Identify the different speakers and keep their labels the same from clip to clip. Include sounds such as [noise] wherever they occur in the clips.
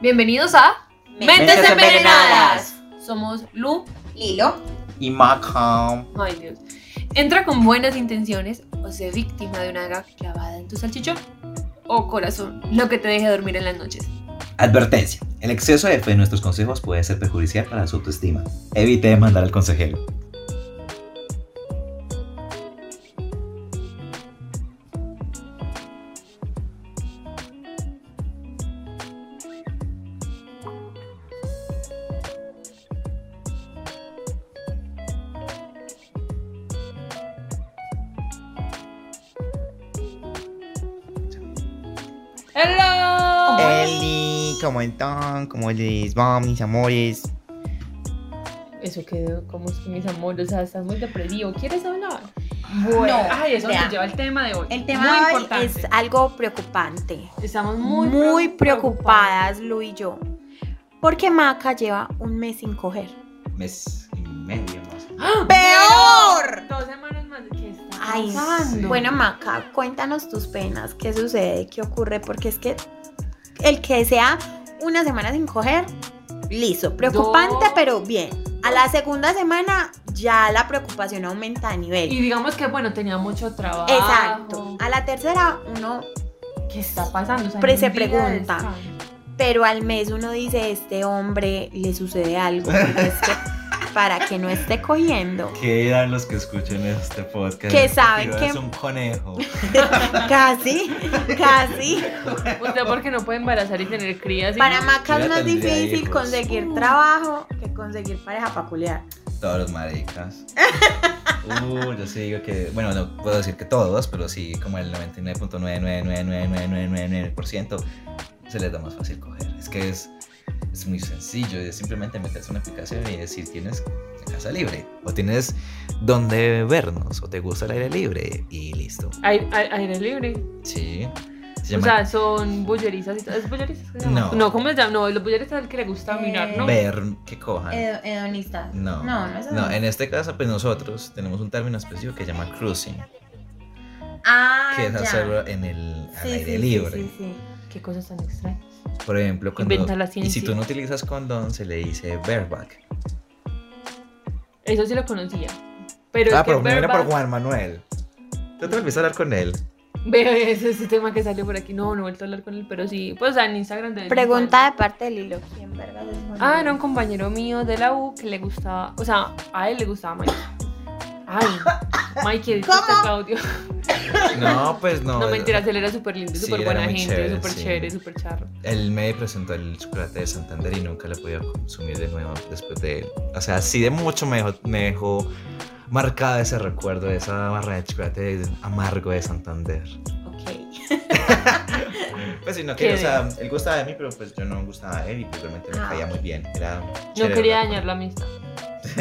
Speaker 1: Bienvenidos a
Speaker 2: Mentes Envenenadas.
Speaker 1: Somos Lu.
Speaker 2: Lilo.
Speaker 3: y Maca.
Speaker 1: Ay, Dios. Entra con buenas intenciones o sé víctima de una daga clavada en tu salchichón. O corazón, lo que te deje dormir en las noches.
Speaker 3: Advertencia. El exceso de fe en nuestros consejos puede ser perjudicial para su autoestima. Evite demandar al consejero.
Speaker 1: ¡Hello!
Speaker 4: Eli, ¿cómo están? ¿Cómo les va, mis amores?
Speaker 1: Eso quedó como es que mis amores, o sea, estás muy depresivo. ¿Quieres hablar?
Speaker 2: Bueno,
Speaker 1: Ay, eso
Speaker 2: vea,
Speaker 1: nos lleva al tema de hoy.
Speaker 2: el tema
Speaker 1: muy
Speaker 2: de hoy
Speaker 1: importante.
Speaker 2: es algo preocupante.
Speaker 1: Estamos muy,
Speaker 2: Muy,
Speaker 1: preo-
Speaker 2: preocupadas, Lu y yo. Porque Maca lleva un mes sin coger.
Speaker 3: Mes y medio más.
Speaker 1: ¡Ah!
Speaker 2: ¡Peor!
Speaker 1: Dos semanas más. ¿Qué está
Speaker 2: Ay,
Speaker 1: pasando?
Speaker 2: Bueno, Maca, cuéntanos tus penas. ¿Qué sucede? ¿Qué ocurre? Porque es que el que sea una semana sin coger, liso. Preocupante,
Speaker 1: Dos.
Speaker 2: pero bien. A la segunda semana ya la preocupación aumenta de nivel.
Speaker 1: Y digamos que, bueno, tenía mucho trabajo.
Speaker 2: Exacto. A la tercera uno
Speaker 1: ¿Qué está pasando? O sea,
Speaker 2: Pre-
Speaker 1: ni
Speaker 2: se
Speaker 1: un día de
Speaker 2: pregunta.
Speaker 1: descanso.
Speaker 2: Pero al mes uno dice, este hombre le sucede algo pero es
Speaker 3: [laughs]
Speaker 2: que para que no esté cogiendo.
Speaker 3: Quedan los que escuchen este podcast.
Speaker 2: Que saben
Speaker 3: Pero
Speaker 2: que-
Speaker 3: Es un conejo.
Speaker 2: Casi, casi.
Speaker 1: Usted porque no puede embarazar y tener crías. y-
Speaker 2: Para Maca
Speaker 3: Yo
Speaker 2: es
Speaker 3: ya
Speaker 2: más
Speaker 3: tendría
Speaker 2: difícil
Speaker 3: hijos.
Speaker 2: conseguir trabajo que conseguir pareja peculiar.
Speaker 3: Todos los maricas. Uh, yo sí digo que. Bueno, no puedo decir que todos, pero sí, como el 99.999999% se les da más fácil coger. Es que es, es muy sencillo. Es simplemente meterse en una aplicación y decir: tienes la casa libre, o tienes donde vernos, o te gusta el aire libre, y listo.
Speaker 1: Ai- ai- Aire libre.
Speaker 3: Sí. Se
Speaker 1: O
Speaker 3: llama
Speaker 1: sea, son bullerizas y todo. ¿Es bullerizas? que se llama?
Speaker 3: No.
Speaker 1: No, ¿cómo se llama? No, los bullerizas es el que le gusta mirar, ¿no?
Speaker 3: ver que cojan.
Speaker 2: hedonista.
Speaker 3: Ah. No, no, en este caso, pues nosotros tenemos un término específico que se llama cruising.
Speaker 2: Ah,
Speaker 3: que es hacerlo en el al aire libre.
Speaker 1: Qué cosas tan extrañas.
Speaker 3: Por ejemplo, cuando
Speaker 1: Inventa la
Speaker 3: y si
Speaker 1: ciencia.
Speaker 3: tú no utilizas condón se le dice bareback.
Speaker 1: Eso sí lo conocía.
Speaker 3: Ah,
Speaker 1: Pero es que verba-
Speaker 3: Juan Manuel. Tú te volviste a hablar con él.
Speaker 1: Veo ese, ese tema que salió por aquí. No, no he vuelto a hablar con él, pero sí. Pues, o sea, en Instagram. de vez en
Speaker 2: Pregunta de parte de Lilo. ¿Quién verga es Juan?
Speaker 1: Ah, era un compañero mío de la U que le gustaba, o sea, a él le gustaba Mike. Ay, Mike, disfruta el audio.
Speaker 3: No, pues no.
Speaker 1: No, mentiras, él era súper lindo,
Speaker 3: Sí,
Speaker 1: súper
Speaker 3: era
Speaker 1: buena
Speaker 3: muy
Speaker 1: gente,
Speaker 3: chévere,
Speaker 1: súper
Speaker 3: sí.
Speaker 1: chévere, súper charro.
Speaker 3: Él me presentó el chocolate de Santander y nunca lo he podido consumir de nuevo después de él. O sea, así de mucho me dejó, me dejó marcado ese recuerdo, de esa barra de chocolate amargo de Santander.
Speaker 2: Ok.
Speaker 3: Pues sí, no
Speaker 1: Qué
Speaker 3: que, o sea, él gustaba de mí, pero pues yo no gustaba de él y pues realmente me
Speaker 2: Ah,
Speaker 3: caía
Speaker 2: ok.
Speaker 3: muy bien. Era
Speaker 1: No
Speaker 3: chévere
Speaker 1: quería
Speaker 3: hablar
Speaker 1: dañar la amistad,
Speaker 3: con él. [laughs] sí.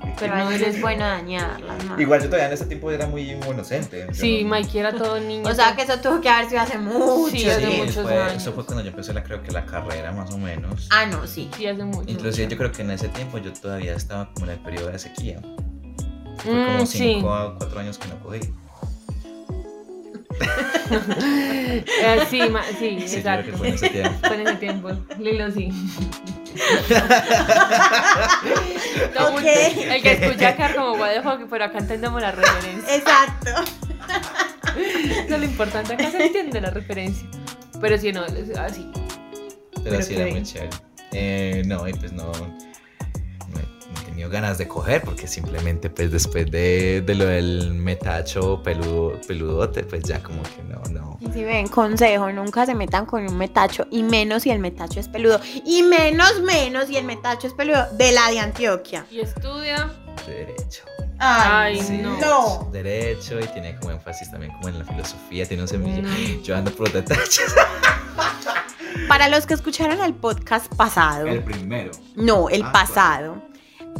Speaker 1: pero
Speaker 2: Pero
Speaker 1: no
Speaker 2: ahí
Speaker 1: él
Speaker 2: no
Speaker 1: es
Speaker 2: es
Speaker 1: bueno.
Speaker 2: bueno dañarlas, Maca.
Speaker 3: Igual yo todavía en ese tiempo era muy inocente. yo
Speaker 1: Sí,
Speaker 3: no-
Speaker 1: Mike era todo niño.
Speaker 2: O sea que eso tuvo que haber sido hace mucho
Speaker 1: Sí, hace
Speaker 3: Sí,
Speaker 2: tiempo.
Speaker 1: muchos
Speaker 3: fue-
Speaker 1: años.
Speaker 3: Eso fue cuando yo empecé, la, creo que la carrera más o menos.
Speaker 2: Ah, no, sí.
Speaker 1: Sí, hace mucho.
Speaker 3: Inclusive yo creo que en ese tiempo yo todavía estaba como en el periodo de sequía. Fue
Speaker 1: Mm,
Speaker 3: como
Speaker 1: sí. [laughs]
Speaker 3: 5 a 4 años que no cogí.
Speaker 1: Eh, sí, ma- sí,
Speaker 3: Sí, yo creo
Speaker 1: exacto.
Speaker 3: que fue en ese tiempo.
Speaker 1: [laughs] Fue en ese tiempo. Lilo [laughs] sí. Todo
Speaker 2: Ok.
Speaker 1: mundo- El que escucha acá como what the fuck, pero acá entendemos la [laughs] referencia.
Speaker 2: Exacto.
Speaker 1: Eso es lo importante, acá se entiende la referencia. Pero si no, es así.
Speaker 3: Pero sí, era
Speaker 2: que-
Speaker 3: muy chévere. Eh, no, y pues no, no he- no he tenido ganas de coger porque simplemente pues después de, de lo del metacho peludo, peludote, pues ya como que no, no.
Speaker 2: Y si ven, consejo, nunca se metan con un metacho, y menos si el metacho es peludo, y menos, menos si el metacho es peludo de la de Antioquia.
Speaker 1: Y estudia.
Speaker 3: Derecho.
Speaker 1: Ay,
Speaker 3: Sí,
Speaker 1: no.
Speaker 2: no.
Speaker 3: Derecho y tiene como énfasis también como en la filosofía, tiene un semillero.
Speaker 1: No.
Speaker 3: [laughs] Yo ando por los detalles.
Speaker 2: Para los que escucharon el podcast pasado,
Speaker 3: primero.
Speaker 2: no, el
Speaker 3: Ah,
Speaker 2: pasado,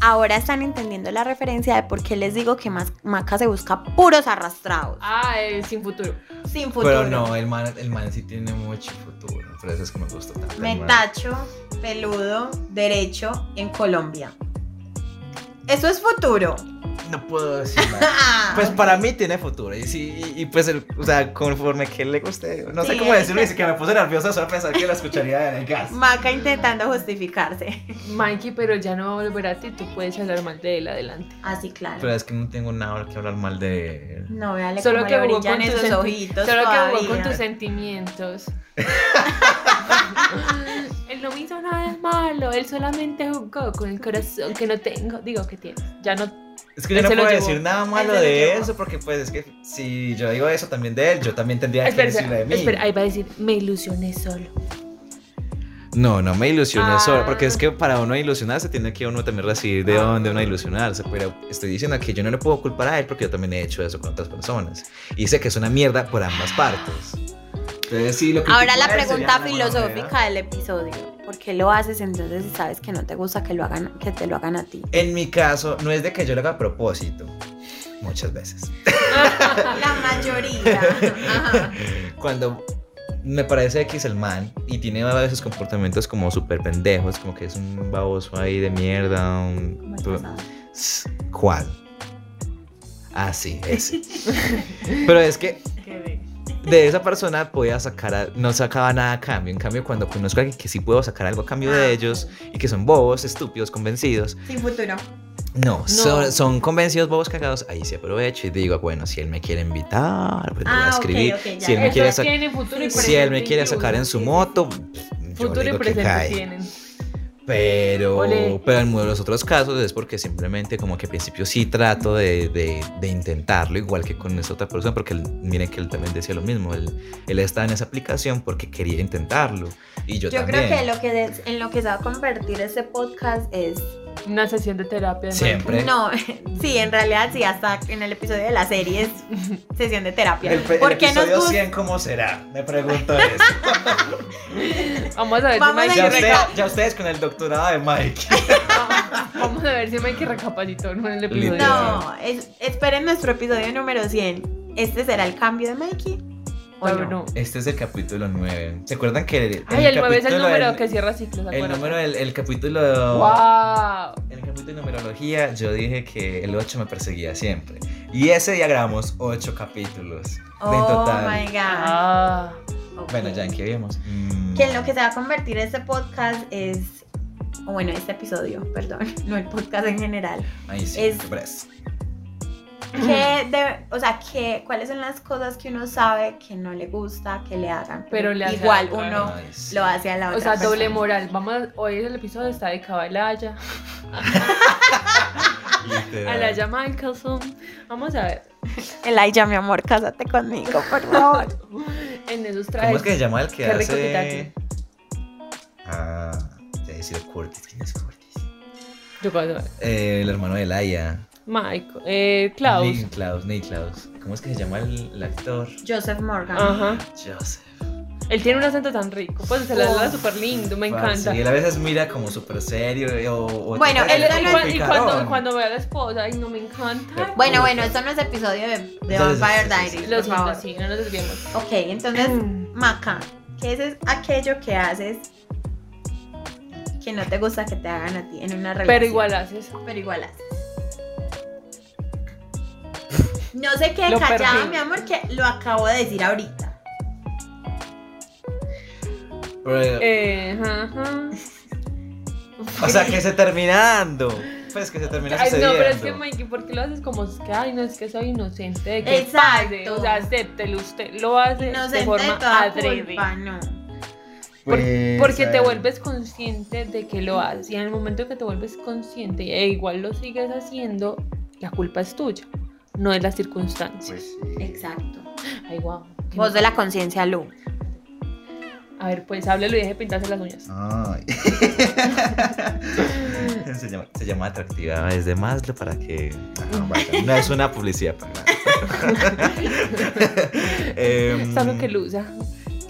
Speaker 2: ahora están entendiendo la referencia de por qué les digo que Mas- Maca se busca puros arrastrados,
Speaker 1: Ah, eh, sin futuro.
Speaker 2: sin futuro.
Speaker 3: Pero no, el man, el man sí tiene mucho futuro. Por eso es que me gusta tanto. el man.
Speaker 2: Metacho, peludo, derecho en Colombia. Eso es futuro. Ah,
Speaker 3: no puedo decir nada. Pues para mí tiene futuro. Y, sí, y, y pues, el- o sea, conforme que le guste. No sé
Speaker 2: Sí,
Speaker 3: cómo
Speaker 2: es
Speaker 3: decirlo. Dice que me puse nerviosa solo pensar que la escucharía en el gas.
Speaker 2: Maca intentando justificarse. [laughs]
Speaker 5: Mikey, pero ya no va a volver a ti, tú puedes hablar mal de él adelante.
Speaker 2: Así, claro.
Speaker 3: Pero es que no tengo nada que hablar mal de él.
Speaker 2: No, véale
Speaker 5: Solo
Speaker 2: cómo
Speaker 5: que
Speaker 2: le
Speaker 5: jugó
Speaker 2: brillan
Speaker 5: con tus
Speaker 2: esos
Speaker 5: senti-
Speaker 2: ojitos
Speaker 5: Solo que jugó con
Speaker 2: todavía.
Speaker 5: tus sentimientos. [laughs] él no me hizo nada de malo, él solamente jugó con el corazón que no tengo. Digo que tienes, ya no.
Speaker 3: Es que yo
Speaker 5: Él
Speaker 3: no
Speaker 5: se lo
Speaker 3: puedo
Speaker 5: llevó.
Speaker 3: decir nada malo
Speaker 2: Él se lo
Speaker 3: de
Speaker 2: llevó.
Speaker 3: eso porque pues es que si yo digo eso también de él, yo también tendría que
Speaker 5: Espera,
Speaker 3: decirlo de
Speaker 5: espera,
Speaker 3: mí.
Speaker 5: espera, ahí va a decir, me ilusioné solo.
Speaker 3: No, no me ilusioné solo,
Speaker 5: Ah.
Speaker 3: porque es que para uno ilusionarse tiene que uno también recibir de
Speaker 5: Ah.
Speaker 3: dónde uno ilusionarse, pero estoy diciendo que yo no le puedo culpar a él porque yo también he hecho eso con otras personas y sé que es una mierda por ambas partes. Entonces, sí, lo que
Speaker 2: Ahora la pregunta filosófica del episodio. ¿Por qué lo haces entonces si sabes que no te gusta que, lo hagan, que te lo hagan a ti?
Speaker 3: En mi caso, no es de que yo lo haga a propósito, muchas veces.
Speaker 2: La mayoría. Ajá. [laughs]
Speaker 3: Cuando me parece X el man y tiene a veces comportamientos como súper pendejos, como que es un baboso ahí de mierda, un-
Speaker 2: Como el pasado.
Speaker 3: ¿Cuál? Ah, sí, ese. Pero es que de esa persona podía sacar, a- no sacaba nada a cambio. En cambio, cuando conozco a alguien que sí puedo sacar algo a cambio
Speaker 2: Ah,
Speaker 3: de ellos y que son bobos, estúpidos, convencidos,
Speaker 2: Sin futuro.
Speaker 3: no, Son, son convencidos, bobos cagados, ahí sí aprovecho y digo, bueno, si él me quiere invitar, pues le voy a
Speaker 2: Ah, ok,
Speaker 3: escribir.
Speaker 2: ok, ya.
Speaker 3: si él me
Speaker 5: Eso
Speaker 3: quiere, sa-
Speaker 5: tienen futuro y
Speaker 3: si él me
Speaker 5: presente
Speaker 3: quiere
Speaker 5: incluso.
Speaker 3: sacar en su
Speaker 2: sí, sí.
Speaker 3: moto, pues, yo
Speaker 5: Futuro y
Speaker 3: digo que
Speaker 5: presente
Speaker 3: cae.
Speaker 5: tienen.
Speaker 3: Pero,
Speaker 5: Ole.
Speaker 3: pero en los otros casos es porque simplemente como que al principio sí trato de, de- de intentarlo, igual que con esa otra persona, porque él- miren que él también decía lo mismo, él, él estaba en esa aplicación porque quería intentarlo. Y yo,
Speaker 2: Yo
Speaker 3: también.
Speaker 2: creo que lo que des- en lo que se va a convertir este podcast es
Speaker 5: Una sesión de terapia. de
Speaker 3: Siempre. Pre-
Speaker 2: No, [laughs] sí, en realidad sí, hasta en el episodio de la serie es [laughs] sesión de terapia. ¿Por qué nos gusta?
Speaker 3: ¿cómo será? Me pregunto eso.
Speaker 5: Mike. Vamos a ver
Speaker 2: Vamos a
Speaker 5: si
Speaker 2: Ya
Speaker 5: Mike
Speaker 2: usted- reca-
Speaker 3: ustedes con el doctorado de Mike.
Speaker 5: [laughs] Vamos a ver si Mike recapacitó en el episodio.
Speaker 3: Literal.
Speaker 2: No, es- esperen nuestro episodio número 100. ¿Este será el cambio de Mikey. ¿O
Speaker 5: Pero
Speaker 2: no?
Speaker 5: no.
Speaker 3: [laughs] Este es el capítulo 9. ¿Se acuerdan que el,
Speaker 5: Ay, el 9 es el
Speaker 3: capítulo
Speaker 5: número
Speaker 3: del-
Speaker 5: que cierra ciclos, ¿se
Speaker 3: El
Speaker 5: acuerdan?
Speaker 3: número, el, el capítulo...
Speaker 5: ¡Wow!
Speaker 3: En el capítulo de numerología yo dije que el 8 me perseguía siempre. Y ese día grabamos 8 capítulos en
Speaker 2: Oh
Speaker 3: total.
Speaker 2: my god.
Speaker 5: Ah.
Speaker 2: Ok.
Speaker 3: Bueno, ya en qué Mm, vimos.
Speaker 2: Que en lo que se va a convertir este podcast es. o Bueno, este episodio, [laughs] perdón, no el podcast en
Speaker 3: [clears throat]
Speaker 2: general.
Speaker 3: Ahí sí,
Speaker 2: es-
Speaker 3: pues,
Speaker 2: ¿Qué de- o sea, qué, ¿cuáles son las cosas que uno sabe que no le gusta que le hagan?
Speaker 5: Pero le hace
Speaker 2: Igual
Speaker 5: a la otra,
Speaker 2: uno
Speaker 3: ahí sí.
Speaker 2: lo hace a la otra.
Speaker 5: O sea,
Speaker 2: persona.
Speaker 5: doble moral. Vamos a- hoy el episodio está de Cabalaya,
Speaker 3: Literal.
Speaker 5: Alaya Michelson. Vamos a ver.
Speaker 2: Elijah, mi amor, cásate conmigo, por
Speaker 5: [laughs]
Speaker 2: favor.
Speaker 5: En
Speaker 3: ¿Cómo es
Speaker 5: esos trajes.
Speaker 3: que se llama el que
Speaker 5: Qué rico
Speaker 3: hace? Ah, te he decidido Curtis. ¿Quién es Curtis?
Speaker 5: Yo puedo ver.
Speaker 3: Eh, el hermano de Laia.
Speaker 5: Michael. Eh, Klaus.
Speaker 3: Nick Klaus, Nick Klaus. ¿Cómo es que se llama el, el actor?
Speaker 2: Joseph Morgan.
Speaker 5: Ajá.
Speaker 3: Joseph.
Speaker 5: Él tiene un acento tan rico. Pues se le da
Speaker 2: Oh.
Speaker 5: súper lindo, me encanta.
Speaker 3: Sí, él a veces mira como súper serio. eh, o- o
Speaker 2: Bueno,
Speaker 3: trata de
Speaker 2: Él
Speaker 5: Él- y,
Speaker 2: era
Speaker 5: cua-
Speaker 3: ser
Speaker 5: y
Speaker 3: picarón.
Speaker 5: cuando, cuando ve a la esposa, ay, no me encanta.
Speaker 2: Bueno, bueno, esto no es episodio de, de
Speaker 3: Entonces,
Speaker 2: Vampire
Speaker 3: sí, sí, sí.
Speaker 2: Diaries,
Speaker 5: Lo
Speaker 2: por
Speaker 5: siento,
Speaker 2: favor.
Speaker 5: sí, no nos desviemos.
Speaker 2: Ok, entonces,
Speaker 5: Mm.
Speaker 2: Maca, ¿qué es aquello que haces que no te gusta que te hagan a ti en una relación?
Speaker 5: Pero igual haces.
Speaker 2: Pero igual haces. No sé qué
Speaker 5: Lo
Speaker 2: callada,
Speaker 5: perdí.
Speaker 2: mi amor, que lo acabo de decir ahorita.
Speaker 3: Pero-
Speaker 5: Eh, ajá.
Speaker 3: O sea, que se termina dando. Pues que se termina
Speaker 5: Ay,
Speaker 3: sucediendo.
Speaker 5: no, pero es que, Mikey, ¿por qué lo haces como es que, ay, no, es que soy inocente? de que
Speaker 2: Exacto.
Speaker 5: pase? O sea, acéptelo, usted lo hace
Speaker 2: No
Speaker 5: de
Speaker 2: sé,
Speaker 5: forma
Speaker 2: toda
Speaker 5: adrede.
Speaker 2: culpa, no.
Speaker 5: Por-
Speaker 4: Pues,
Speaker 5: Porque
Speaker 4: a
Speaker 5: te
Speaker 4: ver,
Speaker 5: vuelves consciente de que lo haces. Y en el momento que te vuelves consciente e igual lo sigues haciendo, la culpa es tuya, no es la circunstancia.
Speaker 4: pues, sí.
Speaker 2: Exacto.
Speaker 5: Ay, guau. qué
Speaker 2: Voz de
Speaker 5: mal.
Speaker 2: la conciencia, Lu.
Speaker 5: A ver, pues háblelo y deje pintarse las uñas.
Speaker 4: Ay.
Speaker 3: [laughs] se, llama, se llama atractiva desde Maslow para que. Ajá, vaya, No es una publicidad para nada.
Speaker 5: [laughs]
Speaker 3: Em,
Speaker 5: Solo que luza.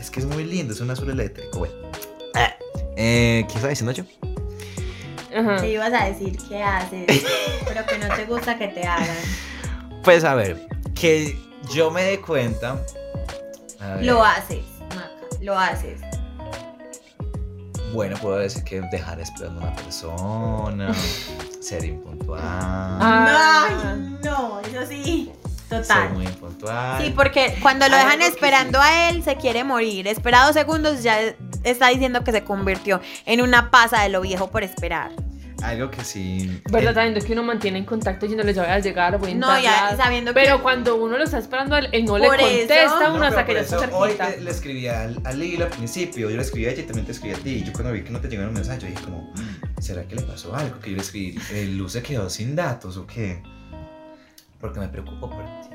Speaker 3: Es que es muy lindo, es un azul eléctrico. Bueno. Ah, eh, ¿Qué estaba diciendo yo?
Speaker 5: Ajá.
Speaker 2: Te ibas a decir qué haces,
Speaker 5: [laughs]
Speaker 2: pero que no te gusta que te hagan.
Speaker 3: Pues a ver, que yo me dé cuenta. a ver,
Speaker 2: Lo haces, Maca, lo haces.
Speaker 3: Bueno, puedo decir que dejar esperando a una persona. ser impuntual.
Speaker 5: Ah.
Speaker 2: Ay, no, eso sí.
Speaker 3: Ser
Speaker 2: Total.
Speaker 3: muy impuntual.
Speaker 2: Sí, porque cuando lo
Speaker 3: Hay
Speaker 2: dejan
Speaker 3: algo que
Speaker 2: esperando a él, se quiere morir. Esperados segundos ya está diciendo que se convirtió en una pasa de lo viejo por esperar.
Speaker 3: Algo que sí.
Speaker 5: ¿Verdad?
Speaker 3: eh,
Speaker 5: Sabiendo que uno mantiene en contacto diciéndole yo voy a llegar, voy a
Speaker 2: No,
Speaker 5: entrar,
Speaker 2: ya sabiendo que.
Speaker 5: Pero cuando uno lo está esperando, él él no le
Speaker 2: Por eso-
Speaker 5: contesta a
Speaker 3: No,
Speaker 5: uno hasta
Speaker 3: pero
Speaker 5: que ya
Speaker 3: por
Speaker 5: está
Speaker 3: eso hoy
Speaker 5: cerquita.
Speaker 3: le, le escribí al- a Lila al principio, yo le escribí a ella y también te escribí a ti. Y yo cuando vi que no te llegó un mensaje, yo dije como, "Mm, ¿será que le pasó algo? Que yo le escribí, eh, Luz se quedó sin datos o qué? Porque me preocupo por ti.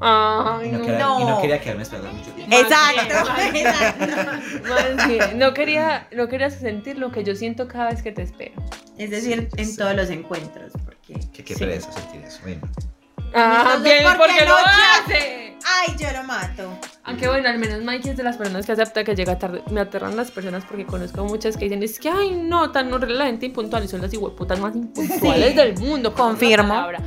Speaker 5: Ay,
Speaker 3: Y no,
Speaker 5: no.
Speaker 3: quería, y
Speaker 2: no.
Speaker 3: no quería quedarme esperando mucho tiempo.
Speaker 2: [laughs] Exacto.
Speaker 5: Más bien, Más bien, [laughs] no quería, no quería sentir lo que yo siento cada vez que te espero.
Speaker 2: Es decir, en todos los encuentros. Porque.
Speaker 3: Qué, qué
Speaker 5: Sí.
Speaker 3: pereza sentir eso. Bueno,
Speaker 5: Ah,
Speaker 2: entonces,
Speaker 5: bien,
Speaker 2: ¿por qué
Speaker 5: porque
Speaker 2: no
Speaker 5: lo
Speaker 2: ya?
Speaker 5: hace.
Speaker 2: Ay, yo lo mato.
Speaker 5: Aunque bueno, al menos Mike es de las personas que acepta que llega tarde. Me aterran las personas porque conozco muchas que dicen, es que, ay, no, tan horrible la gente impuntual y son las putas más impuntuales
Speaker 2: Sí.
Speaker 5: del mundo. con una
Speaker 2: Confirmo.
Speaker 5: palabra.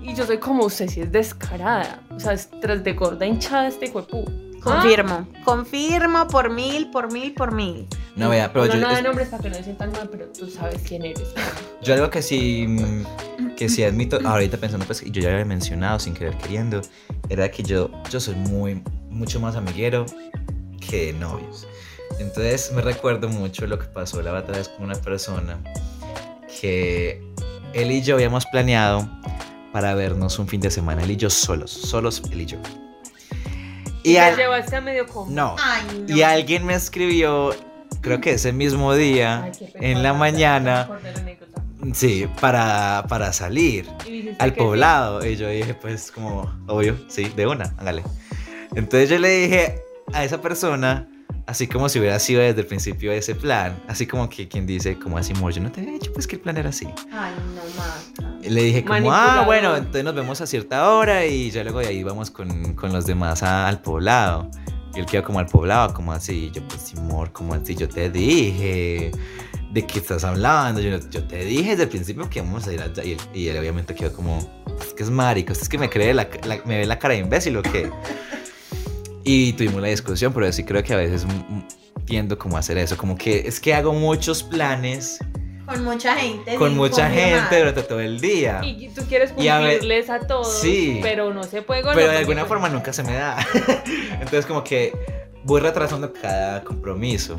Speaker 5: Y yo soy como, usted si es descarada. O sea, es tras de gorda hinchada este huepú.
Speaker 2: Confirmo. Ah. Confirmo por mil, por mil, por mil.
Speaker 3: no vea, pero
Speaker 5: no,
Speaker 3: yo,
Speaker 5: no
Speaker 3: es-
Speaker 5: de nombres para que no se sientan mal, pero tú sabes quién eres.
Speaker 3: yo algo que sí, mm, que sí admito, ahorita pensando, pues, y yo ya lo había mencionado sin querer queriendo, era que yo, yo soy muy, mucho más amiguero que de novios. Entonces me recuerdo mucho lo que pasó la otra vez con una persona que él y yo habíamos planeado para vernos un fin de semana, él y yo solos, solos él y yo. Y
Speaker 5: te
Speaker 3: al-
Speaker 5: llevaste a medio combo.
Speaker 3: no,
Speaker 2: Ay,
Speaker 3: Y alguien me escribió, creo que ese mismo día,
Speaker 5: Ay, qué pecado,
Speaker 3: en la
Speaker 5: ya, ya
Speaker 3: mañana,
Speaker 5: acordé la anécdota.
Speaker 3: sí, para, para salir
Speaker 5: Y dijiste
Speaker 3: al
Speaker 5: que sí.
Speaker 3: poblado. Y yo dije, pues como, obvio, sí, de una, hágale. Entonces yo le dije a esa persona, así como si hubiera sido desde el principio ese plan, así como que quien dice, como así, amor, yo no te había dicho, pues que el plan era así.
Speaker 2: Ay, no mata.
Speaker 3: Y Le dije como, ah,
Speaker 5: Manipulador.
Speaker 3: bueno, entonces nos vemos a cierta hora y ya luego de ahí vamos con, con los demás a- al poblado. Y él quedó como al poblado, como así, yo pues, amor, como así, yo te dije, ¿de qué estás hablando? Yo, yo te dije desde el principio que vamos a ir allá. Y él, y él obviamente quedó como, es que es marico, es que me cree, la, la- me ve la cara de imbécil o qué. Y tuvimos la discusión, pero yo sí creo que a veces mm, mm, tiendo como a hacer eso, como que es que hago muchos planes
Speaker 2: Con mucha gente.
Speaker 3: con
Speaker 2: sí,
Speaker 3: mucha
Speaker 2: confirmado.
Speaker 3: gente durante todo el día.
Speaker 5: Y tú quieres
Speaker 3: Y a ver-
Speaker 5: cumplirles a, todos,
Speaker 3: Sí.
Speaker 5: pero no se puede con
Speaker 3: Pero
Speaker 5: lo
Speaker 3: de
Speaker 5: que
Speaker 3: alguna
Speaker 5: yo-
Speaker 3: forma nunca se me da. [laughs] Entonces como que voy retrasando cada compromiso.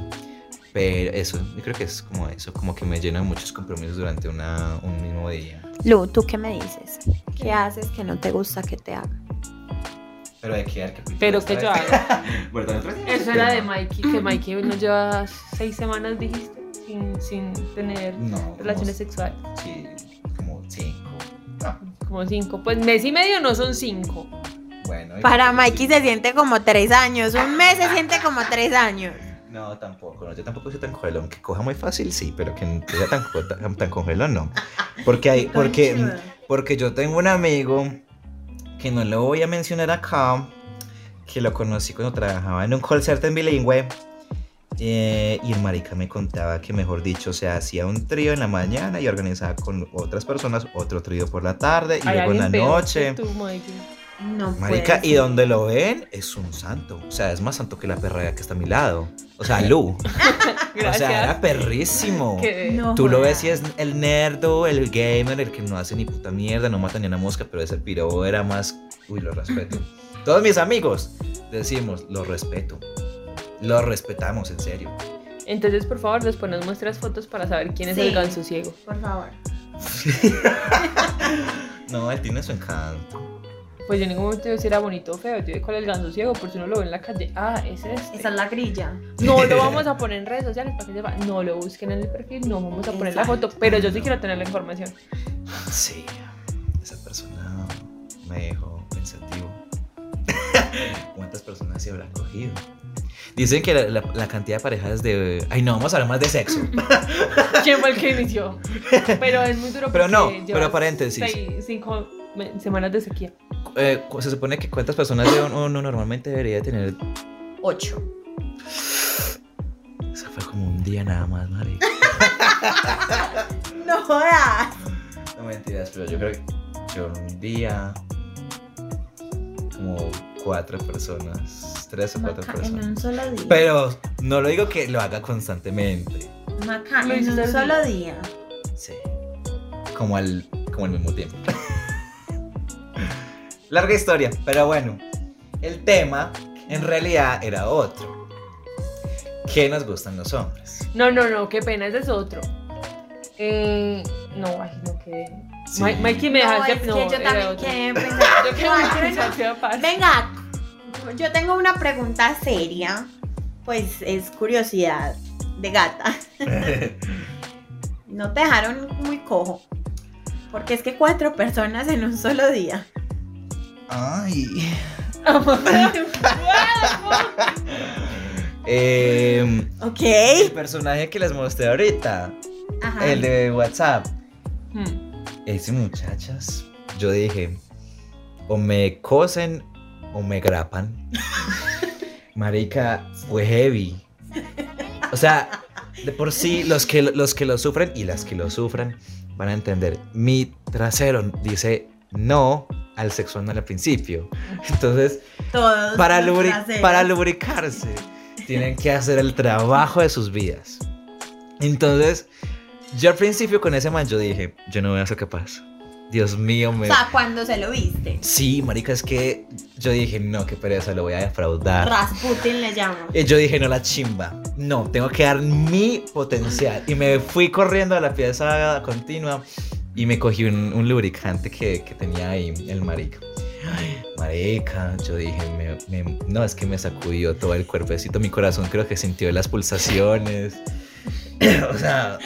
Speaker 3: Pero eso, yo creo que es como eso, como que me lleno de muchos compromisos durante una, un mismo día.
Speaker 2: Lu, ¿tú qué me dices? ¿Qué haces que no te gusta que te haga?
Speaker 3: Pero hay que dar capítulo
Speaker 5: Pero
Speaker 3: esta
Speaker 5: que yo
Speaker 3: vez.
Speaker 5: haga.
Speaker 3: [laughs] Bueno, nosotros tenemos
Speaker 5: Eso
Speaker 3: un
Speaker 5: era de
Speaker 3: tema.
Speaker 5: Mikey, que Mikey nos lleva seis semanas, dijiste, sin, sin tener
Speaker 3: No. como-
Speaker 5: relaciones sexuales.
Speaker 3: Sí, como cinco. Ah,
Speaker 5: Como cinco. Pues mes y medio no son cinco.
Speaker 3: bueno. y- pues,
Speaker 2: Para Mikey
Speaker 3: sí.
Speaker 2: se siente como tres años. Un mes se siente como tres años.
Speaker 3: No, tampoco. no, yo tampoco soy tan congelón. Que coja muy fácil, sí, pero que no sea tan, co- tan, tan congelón, no. Porque hay, porque...
Speaker 2: Conchudo.
Speaker 3: Porque yo tengo un amigo que no lo voy a mencionar acá, que lo conocí cuando trabajaba en un call center bilingüe. eh, y el marica me contaba que, mejor dicho, se hacía un trío en la mañana y organizaba con otras personas otro trío por la tarde y
Speaker 5: Hay
Speaker 3: luego en la
Speaker 5: alguien peor que
Speaker 3: noche.
Speaker 5: tú, Mikey.
Speaker 2: No puede
Speaker 3: Marica, y
Speaker 2: ser.
Speaker 3: donde lo ven, es un santo. O sea, es más santo que la perra que está a mi lado. O sea, Lu. o
Speaker 5: [laughs] Gracias.
Speaker 3: sea, era
Speaker 5: [laughs]
Speaker 3: perrísimo.
Speaker 5: Que-
Speaker 2: No
Speaker 3: Tú lo
Speaker 2: joda.
Speaker 3: ves y es el nerdo, el gamer, el que no hace ni puta mierda, no mata ni una mosca, pero ese piro era más. Uy, lo respeto. Todos mis amigos decimos, lo respeto. Lo respetamos, en serio.
Speaker 5: Entonces, por favor, después nos muestras fotos para saber quién es
Speaker 2: Sí.
Speaker 5: el ganso ciego.
Speaker 2: Por favor.
Speaker 3: No, él tiene su encanto.
Speaker 5: Pues yo en ningún momento digo si era bonito o feo. Yo digo cuál es el ganso ciego, por si uno lo ve en la calle. Ah, es este.
Speaker 2: Esa es la grilla.
Speaker 5: No
Speaker 3: [laughs]
Speaker 5: lo vamos a poner en redes sociales para que sepa. No lo busquen en el perfil, no vamos a poner la foto. Pero yo sí quiero tener la información.
Speaker 3: Sí, esa persona me dejó [laughs] pensativo. ¿Cuántas personas se habrá cogido? Dicen que la, la- la cantidad de parejas de. Ay, no, vamos a hablar más de sexo.
Speaker 5: ¿Quién fue el que inició? Pero es muy duro.
Speaker 3: Pero no,
Speaker 5: porque llevas
Speaker 3: pero paréntesis.
Speaker 5: seis- cinco me- semanas de sequía.
Speaker 3: Eh, cu- se supone que cuántas personas de uno, uno normalmente debería tener.
Speaker 2: Ocho.
Speaker 3: Eso fue como un día nada más, Mari.
Speaker 2: No jodas.
Speaker 3: No mentiras, pero yo creo que yo un día como cuatro personas, tres o cuatro
Speaker 2: Maca, en
Speaker 3: personas.
Speaker 2: un solo día.
Speaker 3: Pero no lo digo que lo haga constantemente.
Speaker 2: Maca,
Speaker 5: Lo
Speaker 2: en
Speaker 5: hice
Speaker 2: un
Speaker 5: el
Speaker 2: solo día.
Speaker 3: Sí. como al, como al mismo tiempo. [laughs] Larga historia, pero bueno. El tema en realidad era otro. ¿Qué nos gustan los hombres?
Speaker 5: No, no, no, qué pena, ese es otro. Eh, no, ay, no quedé.
Speaker 3: Sí.
Speaker 5: Ma- Mikey me
Speaker 2: No,
Speaker 5: dejaste.
Speaker 2: es que
Speaker 5: no,
Speaker 2: yo
Speaker 5: era
Speaker 2: también
Speaker 5: otro.
Speaker 2: quedé pensando.
Speaker 5: Yo quedé
Speaker 2: Ay,
Speaker 5: muy pensativa, parce. [laughs]
Speaker 2: Venga, yo tengo una pregunta seria. Pues es curiosidad de gata.
Speaker 3: [laughs]
Speaker 2: No te dejaron muy cojo. Porque es que cuatro personas en un solo día.
Speaker 3: Ay. Em,
Speaker 2: Ok.
Speaker 3: el personaje que les mostré ahorita,
Speaker 2: Ajá.
Speaker 3: el de WhatsApp.
Speaker 5: Hmm.
Speaker 3: Ese muchachas, yo dije, o me cosen o me grapan. Marica, fue heavy. O sea, de por sí, los que, los que lo sufren y las que lo sufren van a entender. Mi trasero dice no al sexo anal al principio. Entonces,
Speaker 2: Todos.
Speaker 3: para,
Speaker 2: los
Speaker 3: lubri-
Speaker 2: traseros.
Speaker 3: para lubricarse, tienen que hacer el trabajo de sus vidas. Entonces, yo al principio con ese man yo dije, yo no voy a ser capaz. Dios mío,
Speaker 2: O
Speaker 3: me...
Speaker 2: sea, cuando se lo viste.
Speaker 3: Sí, marica, es que yo dije, no, qué pereza, lo voy a defraudar.
Speaker 2: Rasputin le llamo.
Speaker 3: Y yo dije, no, la chimba. No, tengo que dar mi potencial. Y me fui corriendo a la pieza continua y me cogí un, un lubricante que, que tenía ahí el marica. Ay, Marica, yo dije, me- me- no, es que me sacudió todo el cuerpecito, mi corazón creo que sintió las pulsaciones. [coughs] o sea,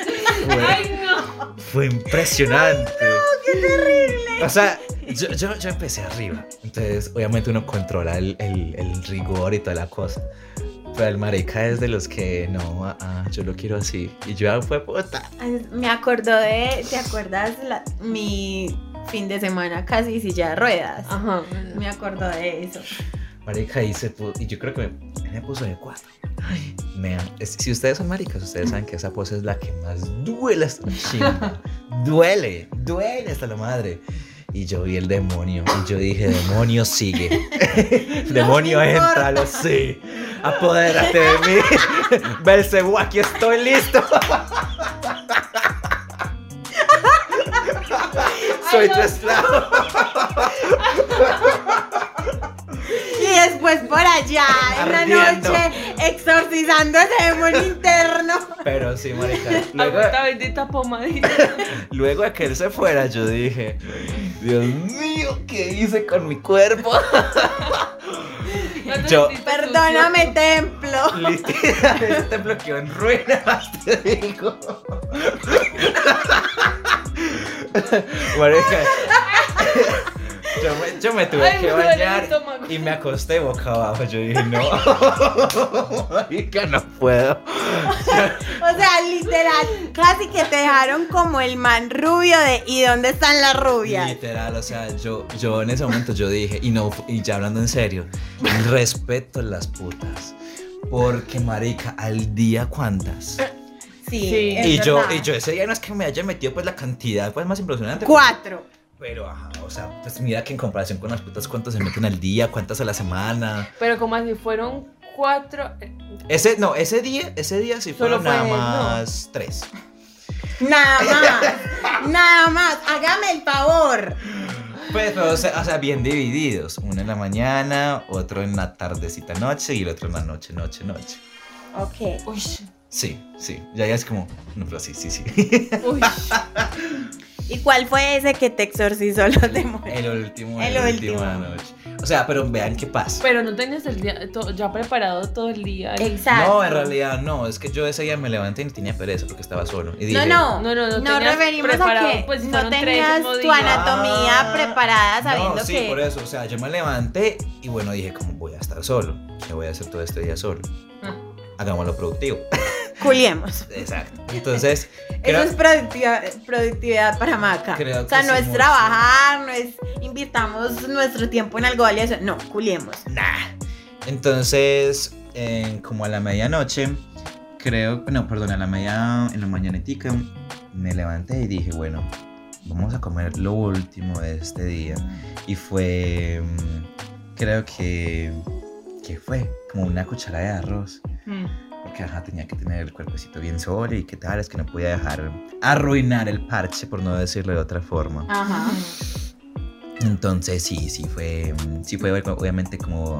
Speaker 3: fue,
Speaker 5: Ay, no.
Speaker 3: fue impresionante. O sea, yo, yo, yo empecé arriba. Entonces, obviamente uno controla el, el- el rigor y toda la cosa. Pero el marica es de los que no, ah, ah, yo lo quiero así. Y yo, ah, fue puta.
Speaker 2: Ay, Me acordó de. ¿Te acuerdas la- mi fin de semana casi silla de ruedas?
Speaker 5: Ajá.
Speaker 2: Me acordó de eso.
Speaker 3: Marica, y, se pu- y yo creo que me, me puso de cuatro. Ay, me- es- si ustedes son maricas, ustedes saben que esa pose es la que más duele hasta la
Speaker 2: [laughs]
Speaker 3: chimba. Duele, duele hasta la madre. Y yo vi el demonio. Y yo dije, demonio sigue.
Speaker 2: [laughs]
Speaker 3: demonio
Speaker 2: No me importa.
Speaker 3: entra, lo sí. Apodérate de mí.
Speaker 2: [laughs]
Speaker 3: Belcebú, aquí estoy listo. Soy tu esclavo.
Speaker 2: Y después por allá, en la
Speaker 3: Ardiendo.
Speaker 2: noche, exorcizando ese demonio interno.
Speaker 3: Pero
Speaker 2: [laughs]
Speaker 3: sí, marica. Luego,
Speaker 5: Esta bendita pomadita.
Speaker 3: [laughs] Luego de que él se fuera, yo dije, Dios mío, ¿qué hice con mi cuerpo?
Speaker 5: [laughs] No te
Speaker 3: Yo-
Speaker 5: sentiste
Speaker 2: Perdóname, templo.
Speaker 3: [laughs] Literal, te bloqueó en ruinas, [laughs] te digo. Marica, yo me, yo me tuve
Speaker 5: Ay,
Speaker 3: que
Speaker 5: me duele el
Speaker 3: bañar
Speaker 5: estómago.
Speaker 3: y me acosté boca abajo. Yo dije, no, marica, no [laughs] puedo.
Speaker 2: O sea, literal, casi que te dejaron como el man rubio de ¿y dónde están las rubias?
Speaker 3: Literal, o sea, yo, yo en ese momento yo dije, y no, y ya hablando en serio, respeto a las putas. Porque, marica, al día cuántas.
Speaker 5: Ah,
Speaker 2: Sí.
Speaker 5: Sí.
Speaker 2: es
Speaker 3: y yo,
Speaker 2: verdad.
Speaker 3: y yo ese día no es que me haya metido pues la cantidad pues más impresionante.
Speaker 2: Cuatro.
Speaker 3: Pero ajá, o sea, pues mira que en comparación con las putas cuántas se meten al día, cuántas a la semana.
Speaker 5: Pero como así fueron cuatro. eh,
Speaker 3: Ese, no, ese día, ese día sí
Speaker 5: Solo
Speaker 3: fueron
Speaker 5: fue
Speaker 3: nada
Speaker 5: él, ¿no?
Speaker 3: más tres.
Speaker 2: Nada más. nada más. Hágame el favor.
Speaker 3: Pues, pero, o sea, o sea, bien divididos. Uno en la mañana, otro en la tardecita noche y el otro en la noche, noche, noche.
Speaker 2: Ok.
Speaker 5: Uy,
Speaker 3: Sí, sí. Ya ya es como, no, pero sí, sí, sí.
Speaker 5: uy.
Speaker 2: ¿Y cuál fue ese que te exorcizó los demonios?
Speaker 3: [laughs] El último,
Speaker 2: El
Speaker 3: el, último. de la
Speaker 2: último. Pues,
Speaker 3: noche. O sea, pero vean qué pasa.
Speaker 5: Pero no tenías el día to- ya preparado todo el día.
Speaker 2: Exacto.
Speaker 3: No, en realidad no, es que yo ese día me levanté y tenía pereza porque estaba solo. Y dije,
Speaker 2: no, no,
Speaker 5: No, no, no
Speaker 2: Nos
Speaker 5: tenías
Speaker 2: referimos a
Speaker 5: preparado,
Speaker 2: que
Speaker 5: pues, si
Speaker 2: no
Speaker 5: fueron tres,
Speaker 2: tenías
Speaker 5: no
Speaker 2: tu
Speaker 5: digas.
Speaker 2: anatomía
Speaker 3: Ah,
Speaker 2: preparada sabiendo
Speaker 3: no, sí,
Speaker 2: que
Speaker 3: por eso, o sea, yo me levanté y bueno, dije, como voy a estar solo, que voy a hacer todo este día solo.
Speaker 5: Ah.
Speaker 2: Mm.
Speaker 3: Hagámoslo productivo. [laughs]
Speaker 2: culiemos.
Speaker 3: Exacto. Entonces,
Speaker 2: Eso
Speaker 3: creo-
Speaker 2: es productividad, productividad para Maca.
Speaker 3: Creo
Speaker 2: o sea,
Speaker 3: que
Speaker 2: no
Speaker 3: sí,
Speaker 2: es
Speaker 3: mucho.
Speaker 2: trabajar, no es invirtamos nuestro tiempo en algo valioso. No, culiemos.
Speaker 3: nah. Entonces, en- como a la medianoche, creo, no, perdón, a la media, en la mañanetica, me levanté y dije, bueno, vamos a comer lo último de este día. Y fue, mm, creo que, que fue como una cucharada de arroz.
Speaker 5: Mm.
Speaker 3: porque ajá, tenía que tener el cuerpecito bien sólido y qué tal, es que no podía dejar arruinar el parche, por no decirlo de otra forma.
Speaker 2: Ajá.
Speaker 3: Entonces sí, sí fue, sí fue obviamente como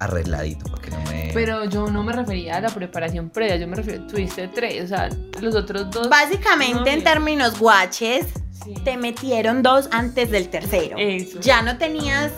Speaker 3: arregladito para que no me...
Speaker 5: Pero yo no me refería a la preparación previa, yo me refiero, tuviste tres, o sea, los otros dos.
Speaker 2: Básicamente, en
Speaker 5: No,
Speaker 2: términos guaches,
Speaker 5: sí.
Speaker 2: te metieron dos antes del tercero.
Speaker 5: Eso.
Speaker 2: Ya no tenías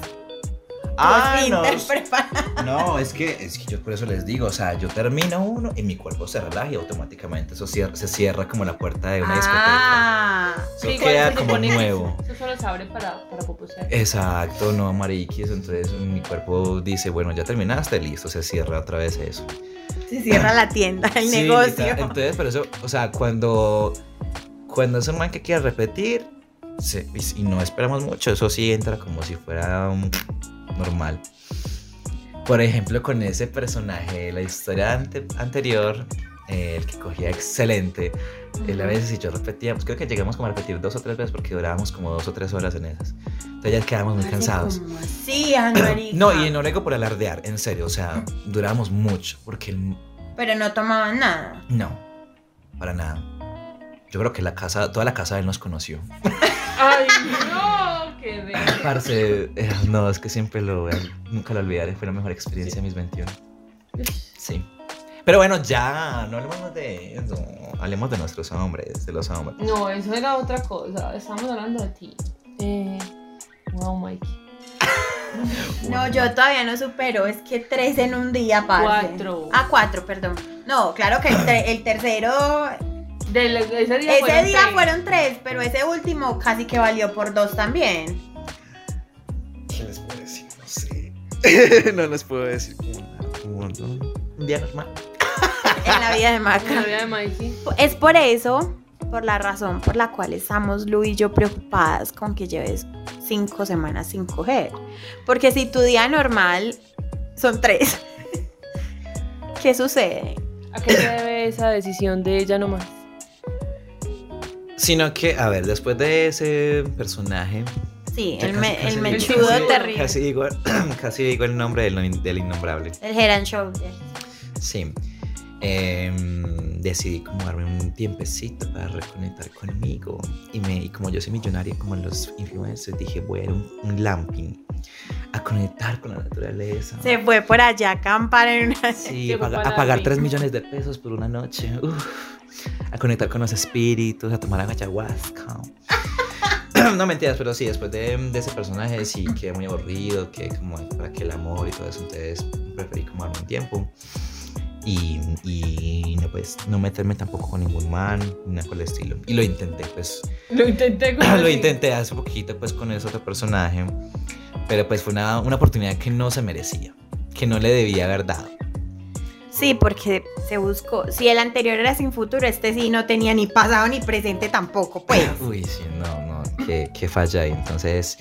Speaker 4: Ah,
Speaker 2: los
Speaker 4: no.
Speaker 2: inter preparados.
Speaker 3: [laughs]
Speaker 5: [laughs]
Speaker 3: No, es que, es que yo por eso les digo, o sea, yo termino uno y mi cuerpo se relaja y automáticamente eso cier- se cierra como la puerta de una discoteca.
Speaker 2: Ah,
Speaker 3: Eso
Speaker 5: Sí, igual
Speaker 3: queda
Speaker 5: se
Speaker 3: como
Speaker 5: supone que
Speaker 3: nuevo.
Speaker 5: Eso solo se abre para, para poposear.
Speaker 2: Eh.
Speaker 3: Exacto, no mariquis, entonces mi cuerpo dice, bueno, ya terminaste, listo, se cierra otra vez eso.
Speaker 2: se cierra la tienda, el
Speaker 3: Sí,
Speaker 2: negocio.
Speaker 3: literal. Entonces, por eso, o sea, cuando, cuando es un man que quiere repetir se- y, y no esperamos mucho, eso sí entra como si fuera um, normal. Por ejemplo, con ese personaje de la historia ante- anterior, eh, el que cogía excelente, eh, él a veces y yo repetíamos, creo que llegamos como a repetir dos o tres veces porque durábamos como dos o tres horas en esas. Entonces ya quedábamos muy cansados.
Speaker 2: Sí, Anmarica.
Speaker 3: No, y no lo digo por alardear, en serio, o sea, duramos mucho porque el,
Speaker 2: Pero no tomaban nada.
Speaker 3: no, para nada. Yo creo que la casa, toda la casa de él nos conoció.
Speaker 5: ¡Ay, no! ¡Qué de...
Speaker 3: Parce, eh, no, es que siempre lo, eh, nunca lo olvidaré, fue la mejor experiencia de mis 21. Sí. Pero bueno, ya, no hablemos de eso, hablemos de nuestros hombres, de los hombres.
Speaker 5: No, eso era otra cosa. Estamos hablando de ti. Eh, wow, Mike.
Speaker 2: No, yo todavía no supero. Es que tres en un día, parce.
Speaker 5: Cuatro.
Speaker 2: Ah, cuatro, perdón. No, claro que el, te- el tercero.
Speaker 5: Del- ese día,
Speaker 2: Ese
Speaker 5: fueron
Speaker 2: día
Speaker 5: tres.
Speaker 2: fueron tres, pero ese último casi que valió por dos también.
Speaker 3: ¿Qué les puedo decir? No sé. [laughs] no les puedo decir como nada, como no. Un día normal.
Speaker 2: En la vida de
Speaker 5: La
Speaker 2: Maca.
Speaker 5: vida de Mikey.
Speaker 2: Es por eso, por la razón por la cual estamos Lu y yo preocupadas con que lleves cinco semanas sin coger. Porque si tu día normal son tres, [laughs] ¿qué sucede?
Speaker 5: ¿A qué se debe esa decisión de ella nomás?
Speaker 3: Sino que, a ver, después de ese personaje,
Speaker 2: Sí,
Speaker 3: ya
Speaker 2: el,
Speaker 3: casi-
Speaker 2: me-
Speaker 3: casi
Speaker 2: el
Speaker 3: digo-
Speaker 2: mechudo
Speaker 3: casi-
Speaker 2: terrible.
Speaker 3: Casi digo, casi digo el [clears throat] nombre del, in- del innombrable.
Speaker 2: El head and shoulder.
Speaker 3: Sí. Em, decidí como darme un tiempecito para reconectar conmigo. Y, me, y como yo soy millonaria como los influencers, dije, voy a ir a un, un lamping a conectar con la naturaleza.
Speaker 2: Se fue por allá a acampar en una...
Speaker 3: Sí,
Speaker 5: Llegó
Speaker 3: paga-
Speaker 5: para
Speaker 3: a pagar
Speaker 5: mí.
Speaker 3: 3 millones de pesos por una noche. uf, a conectar con los espíritus, a tomar ayahuasca. [coughs] no mentiras, pero sí, después de, de ese personaje sí quedé muy aburrido, que como para que el amor y todo eso, entonces preferí como darme un tiempo. Y, y no, pues, no meterme tampoco con ningún man, ni nada por el estilo. Y lo intenté, pues,
Speaker 5: Lo
Speaker 3: [coughs]
Speaker 5: intenté con
Speaker 3: lo intenté hace poquito pues con ese otro personaje, pero pues fue una, una oportunidad que no se merecía, que no le debía haber dado.
Speaker 2: Sí, porque se buscó. Si el anterior era sin futuro, este sí no tenía ni pasado ni presente tampoco,
Speaker 3: [clears throat]
Speaker 2: pues.
Speaker 3: Uy, sí, no, no, que, que falla ahí. Entonces,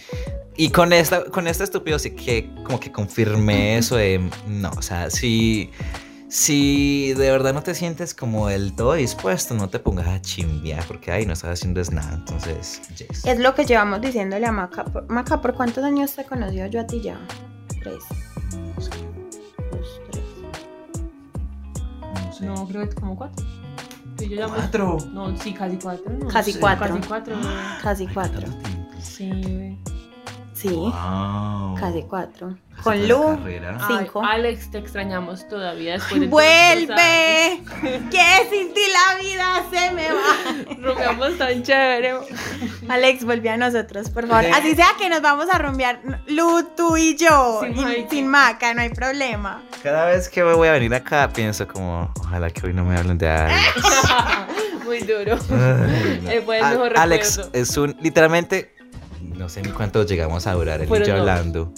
Speaker 3: y con esta, con esta estúpido sí que como que confirmé eso de, no, o sea, si, si de verdad no te sientes como del todo dispuesto, no te pongas a chimbear, porque ahí no estás haciendo es nada. Entonces, yes.
Speaker 2: Es lo que llevamos diciéndole a Maca. Por- Maca, ¿por cuántos años te conoció yo a ti ya? Tres.
Speaker 3: No sé,
Speaker 2: Dos, tres.
Speaker 3: no sé.
Speaker 5: No, creo que como cuatro. Sí, yo ya me-
Speaker 3: Cuatro.
Speaker 5: No, sí, casi cuatro. no
Speaker 2: Casi
Speaker 5: sé,
Speaker 2: cuatro.
Speaker 5: Casi cuatro. no.
Speaker 3: Ah.
Speaker 2: Casi cuatro.
Speaker 3: Tanto tiempo.
Speaker 5: Sí, ve.
Speaker 2: Sí,
Speaker 3: Wow.
Speaker 2: casi cuatro.
Speaker 3: Casi toda
Speaker 2: Con
Speaker 3: la
Speaker 2: Lu.
Speaker 3: carrera.
Speaker 5: Ay,
Speaker 2: Cinco.
Speaker 5: Alex, te extrañamos todavía después de tantos años.
Speaker 2: ¡Vuelve! que sin ti la vida se me
Speaker 5: [laughs]
Speaker 2: va?
Speaker 5: Rogamos tan chévere. [laughs]
Speaker 2: Alex, vuelve a nosotros, por favor. Así sea que nos vamos a rumbear Lu, tú y yo.
Speaker 5: Sin
Speaker 2: y-
Speaker 5: Mikey.
Speaker 2: sin Maca, no hay problema.
Speaker 3: Cada vez que voy a venir acá pienso como, ojalá que hoy no me hablen de algo.
Speaker 2: [laughs]
Speaker 3: [laughs]
Speaker 5: Muy duro.
Speaker 3: Ay, no.
Speaker 5: [laughs] Eh, fue el
Speaker 3: A-
Speaker 5: mejor
Speaker 3: Ah, Alex
Speaker 5: recuerdo.
Speaker 3: es un literalmente no sé ni cuánto llegamos a durar él y
Speaker 5: Fueron
Speaker 3: yo
Speaker 5: dos.
Speaker 3: hablando.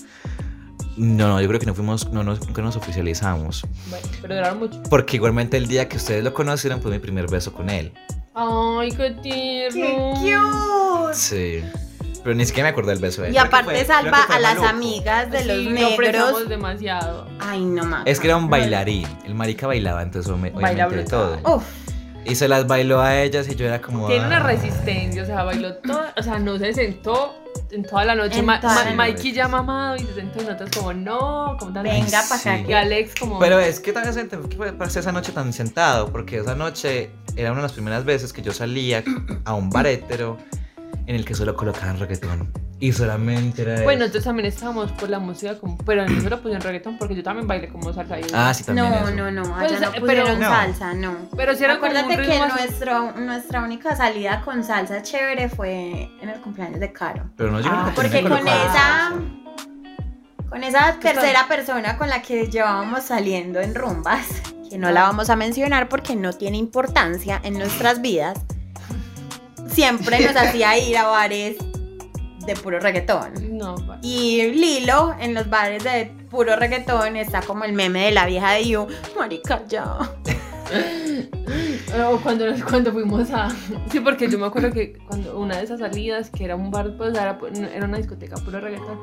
Speaker 3: No, no, yo creo que no fuimos, no nos, nunca nos oficializamos.
Speaker 5: Bueno, pero duraron mucho.
Speaker 3: Porque igualmente el día que ustedes lo conocieron fue mi primer beso con él.
Speaker 5: Ay, qué tierno.
Speaker 2: ¡Qué cute!
Speaker 3: Sí. Pero ni siquiera me acuerdo del beso de él.
Speaker 2: Y
Speaker 3: Creo que
Speaker 2: aparte
Speaker 3: fue-
Speaker 2: salva
Speaker 3: creo que fue
Speaker 2: a las
Speaker 3: maluco.
Speaker 2: amigas de los
Speaker 5: Sí, lo
Speaker 2: negros.
Speaker 5: prestamos demasiado.
Speaker 2: Ay, no Maca.
Speaker 3: Es que era un bailarín. El marica bailaba, entonces obvi-
Speaker 5: Baila
Speaker 3: obviamente de
Speaker 5: brutal.
Speaker 3: todo.
Speaker 2: Uf.
Speaker 3: Y se las bailó a ellas y yo era como. "Ah,
Speaker 5: Tiene una
Speaker 3: "Ay".
Speaker 5: resistencia, o sea, bailó todo, o sea, no se sentó en toda la noche.
Speaker 2: En
Speaker 5: Ma-
Speaker 2: toda
Speaker 5: Ma-
Speaker 3: la noche.
Speaker 5: Mikey ya mamado y se sentó y nosotros como, no, como tan
Speaker 2: Venga
Speaker 3: Ay,
Speaker 2: para acá.
Speaker 3: sí.
Speaker 5: Y Alex como,
Speaker 3: Pero es que tan decente, ¿qué fue para hacer esa noche tan sentado? Porque esa noche era una de las primeras veces que yo salía a un bar hétero en el que solo colocaban reggaetón. Y solamente era.
Speaker 5: bueno,
Speaker 3: eso.
Speaker 5: nosotros también estábamos por la música, como, pero nosotros lo pusieron reggaetón porque yo también bailé como salsa. y-
Speaker 3: Ah, sí, también.
Speaker 2: No,
Speaker 3: eso.
Speaker 2: no, no,
Speaker 5: Pues,
Speaker 2: allá no
Speaker 5: pero-
Speaker 2: pusieron
Speaker 3: No.
Speaker 2: salsa, no.
Speaker 5: Pero si era
Speaker 2: Acuérdate
Speaker 5: como un
Speaker 2: que
Speaker 5: ritmo así-
Speaker 2: nuestro, nuestra única salida con salsa chévere fue en el cumpleaños de Caro.
Speaker 3: Pero no, yo
Speaker 5: Ah,
Speaker 3: nunca
Speaker 2: Porque
Speaker 3: terminé
Speaker 2: con
Speaker 3: colocando
Speaker 2: esa,
Speaker 3: salsa.
Speaker 2: con esa
Speaker 5: Que son-
Speaker 2: tercera persona con la que llevábamos saliendo en rumbas, que no la vamos a mencionar porque no tiene importancia en nuestras vidas, siempre nos hacía ir a bares de puro reggaetón.
Speaker 5: No, pa-
Speaker 2: Y Lilo en los bares de puro reggaetón está como el meme de la vieja de You, marica ya.
Speaker 5: O cuando, cuando fuimos a... Sí, porque yo me acuerdo que cuando una de esas salidas, que era un bar, pues era, era una discoteca puro reggaetón,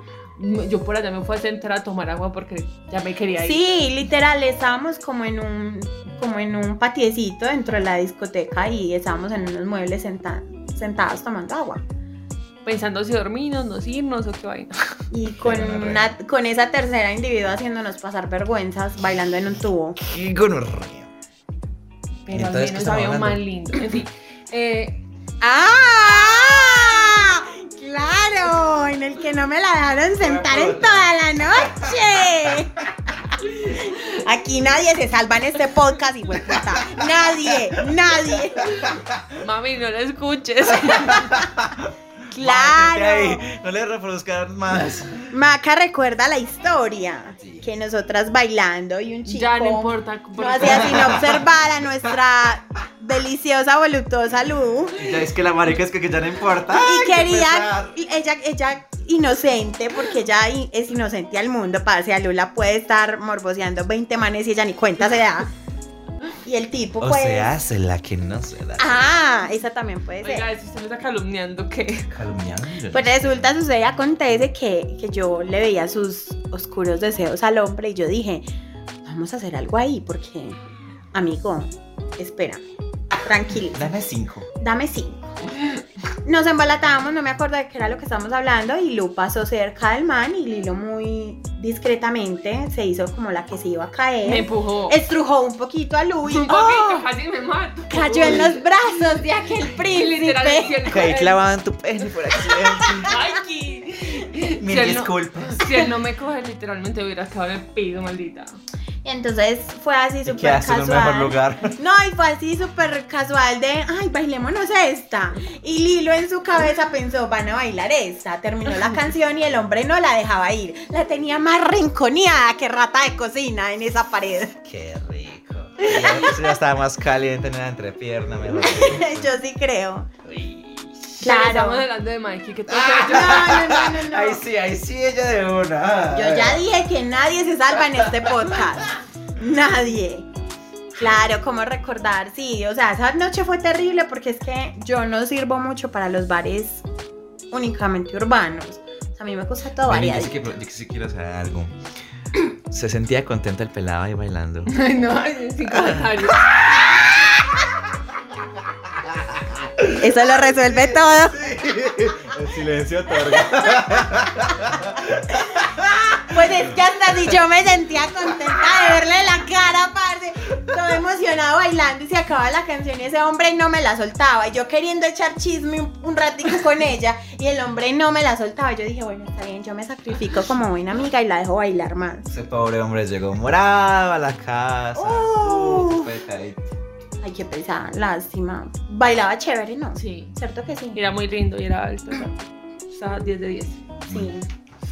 Speaker 5: yo por allá me fui a sentar a tomar agua porque ya me quería ir.
Speaker 2: Sí, literal, estábamos como en un como en un patiecito dentro de la discoteca y estábamos en unos muebles senta- sentados tomando agua.
Speaker 5: Pensando si dormirnos, nos irnos o qué vaina.
Speaker 2: Y con,
Speaker 3: buena
Speaker 2: una- con esa tercera individuo haciéndonos pasar vergüenzas bailando en un tubo.
Speaker 3: Qué gonorrea.
Speaker 5: Pero al
Speaker 3: Entonces, ¿qué
Speaker 5: menos
Speaker 3: estamos
Speaker 5: había un más
Speaker 3: hablando?
Speaker 5: lindo. En fin, eh,
Speaker 2: ¡Ah! ¡Claro! En el que no me la dejaron sentar en toda la noche. Aquí nadie se salva en este podcast, y puta. Nadie, nadie.
Speaker 5: mami, no la escuches.
Speaker 2: Claro.
Speaker 3: Mantente ahí, No le reproduzcan más.
Speaker 2: Maca recuerda la historia
Speaker 3: Sí.
Speaker 2: que nosotras bailando y un chico
Speaker 5: ya no importa.
Speaker 2: no hacía sino observar a nuestra deliciosa voluptuosa Lu
Speaker 3: [laughs] Ya es que la marica es que, que ya no importa.
Speaker 2: y quería ella ella inocente porque ella i- es inocente al mundo parce a Lu la puede estar morboseando 20 manes y ella ni cuenta se da y el tipo
Speaker 3: O
Speaker 2: pues
Speaker 3: se hace la que no se da.
Speaker 2: ah esa también puede ser
Speaker 5: Oiga, si usted me está calumniando,
Speaker 2: Ah.
Speaker 5: ¿qué?
Speaker 3: Calumniando.
Speaker 2: Pues resulta, sucede, y acontece que, que yo le veía sus oscuros deseos al hombre y yo dije, vamos a hacer algo ahí porque, amigo, espera, tranquilo,
Speaker 3: Dame cinco.
Speaker 2: dame cinco. Nos embalatábamos, no me acuerdo de qué era lo que estábamos hablando y Lu pasó cerca del man y Lilo muy discretamente se hizo como la que se iba a
Speaker 5: Me
Speaker 2: caer.
Speaker 5: empujó.
Speaker 2: Estrujó un poquito a Lu y ¡oh!
Speaker 5: Un poquito, casi me mato.
Speaker 2: cayó en los brazos de aquel
Speaker 5: Y [laughs] literal,
Speaker 2: príncipe.
Speaker 5: decía,
Speaker 3: Caí clavada en tu pene
Speaker 2: [laughs]
Speaker 3: por accidente.
Speaker 5: Mikey.
Speaker 3: [laughs] Mil
Speaker 5: Si él no-
Speaker 3: disculpas.
Speaker 5: Si él no me coge, literalmente hubiera estado en el piso, maldita.
Speaker 2: Y entonces fue así
Speaker 3: Que
Speaker 2: súper
Speaker 3: hace en
Speaker 2: casual.
Speaker 3: un mejor lugar.
Speaker 2: No, y fue así súper casual de, ay, bailémonos esta. Y Lilo en su cabeza pensó, van a bailar esta. Terminó la canción y el hombre no la dejaba ir. La tenía más rinconeada que rata de cocina en esa pared. [laughs]
Speaker 3: Qué rico. Eso ya estaba más caliente en la entrepierna, mejor.
Speaker 2: Yo sí creo.
Speaker 3: Uy.
Speaker 5: Pero
Speaker 2: Claro. Ah.
Speaker 5: Estamos hablando de Mikey, que todo
Speaker 2: No, no, no, no, no.
Speaker 3: Ahí sí, ahí sí, ella de una.
Speaker 2: Yo ya dije que nadie se salva en este podcast. Nadie. Claro, como recordar, sí, o sea, esa noche fue terrible porque es que yo no sirvo mucho para los bares únicamente urbanos. O sea, a mí me gusta todo
Speaker 3: Vení, yo
Speaker 2: variadito.
Speaker 3: sí, que, yo sí quiero saber algo. Se sentía contenta el pelado ahí bailando.
Speaker 2: [laughs]
Speaker 5: Ay, no, ay, sin comentarios.
Speaker 2: Eso lo resuelve todo.
Speaker 3: El silencio otorga.
Speaker 2: Pues es que hasta si yo me sentía contenta de verle la cara, parce, todo emocionado bailando y se acaba la canción y ese hombre no me la soltaba. Y yo queriendo echar chisme un, un ratico con ella y el hombre no me la soltaba. Yo dije, bueno, está bien, yo me sacrifico como buena amiga y la dejo bailar más.
Speaker 3: Ese pobre hombre llegó morado a la casa.
Speaker 5: Oh.
Speaker 2: Uh.
Speaker 3: Uh, pecadito.
Speaker 2: Ay, qué pesada, lástima. Bailaba chévere, ¿no?
Speaker 5: Sí.
Speaker 2: ¿Cierto que sí?
Speaker 5: Y Era muy lindo y era alto. era- Estaba 10 de 10.
Speaker 2: Sí.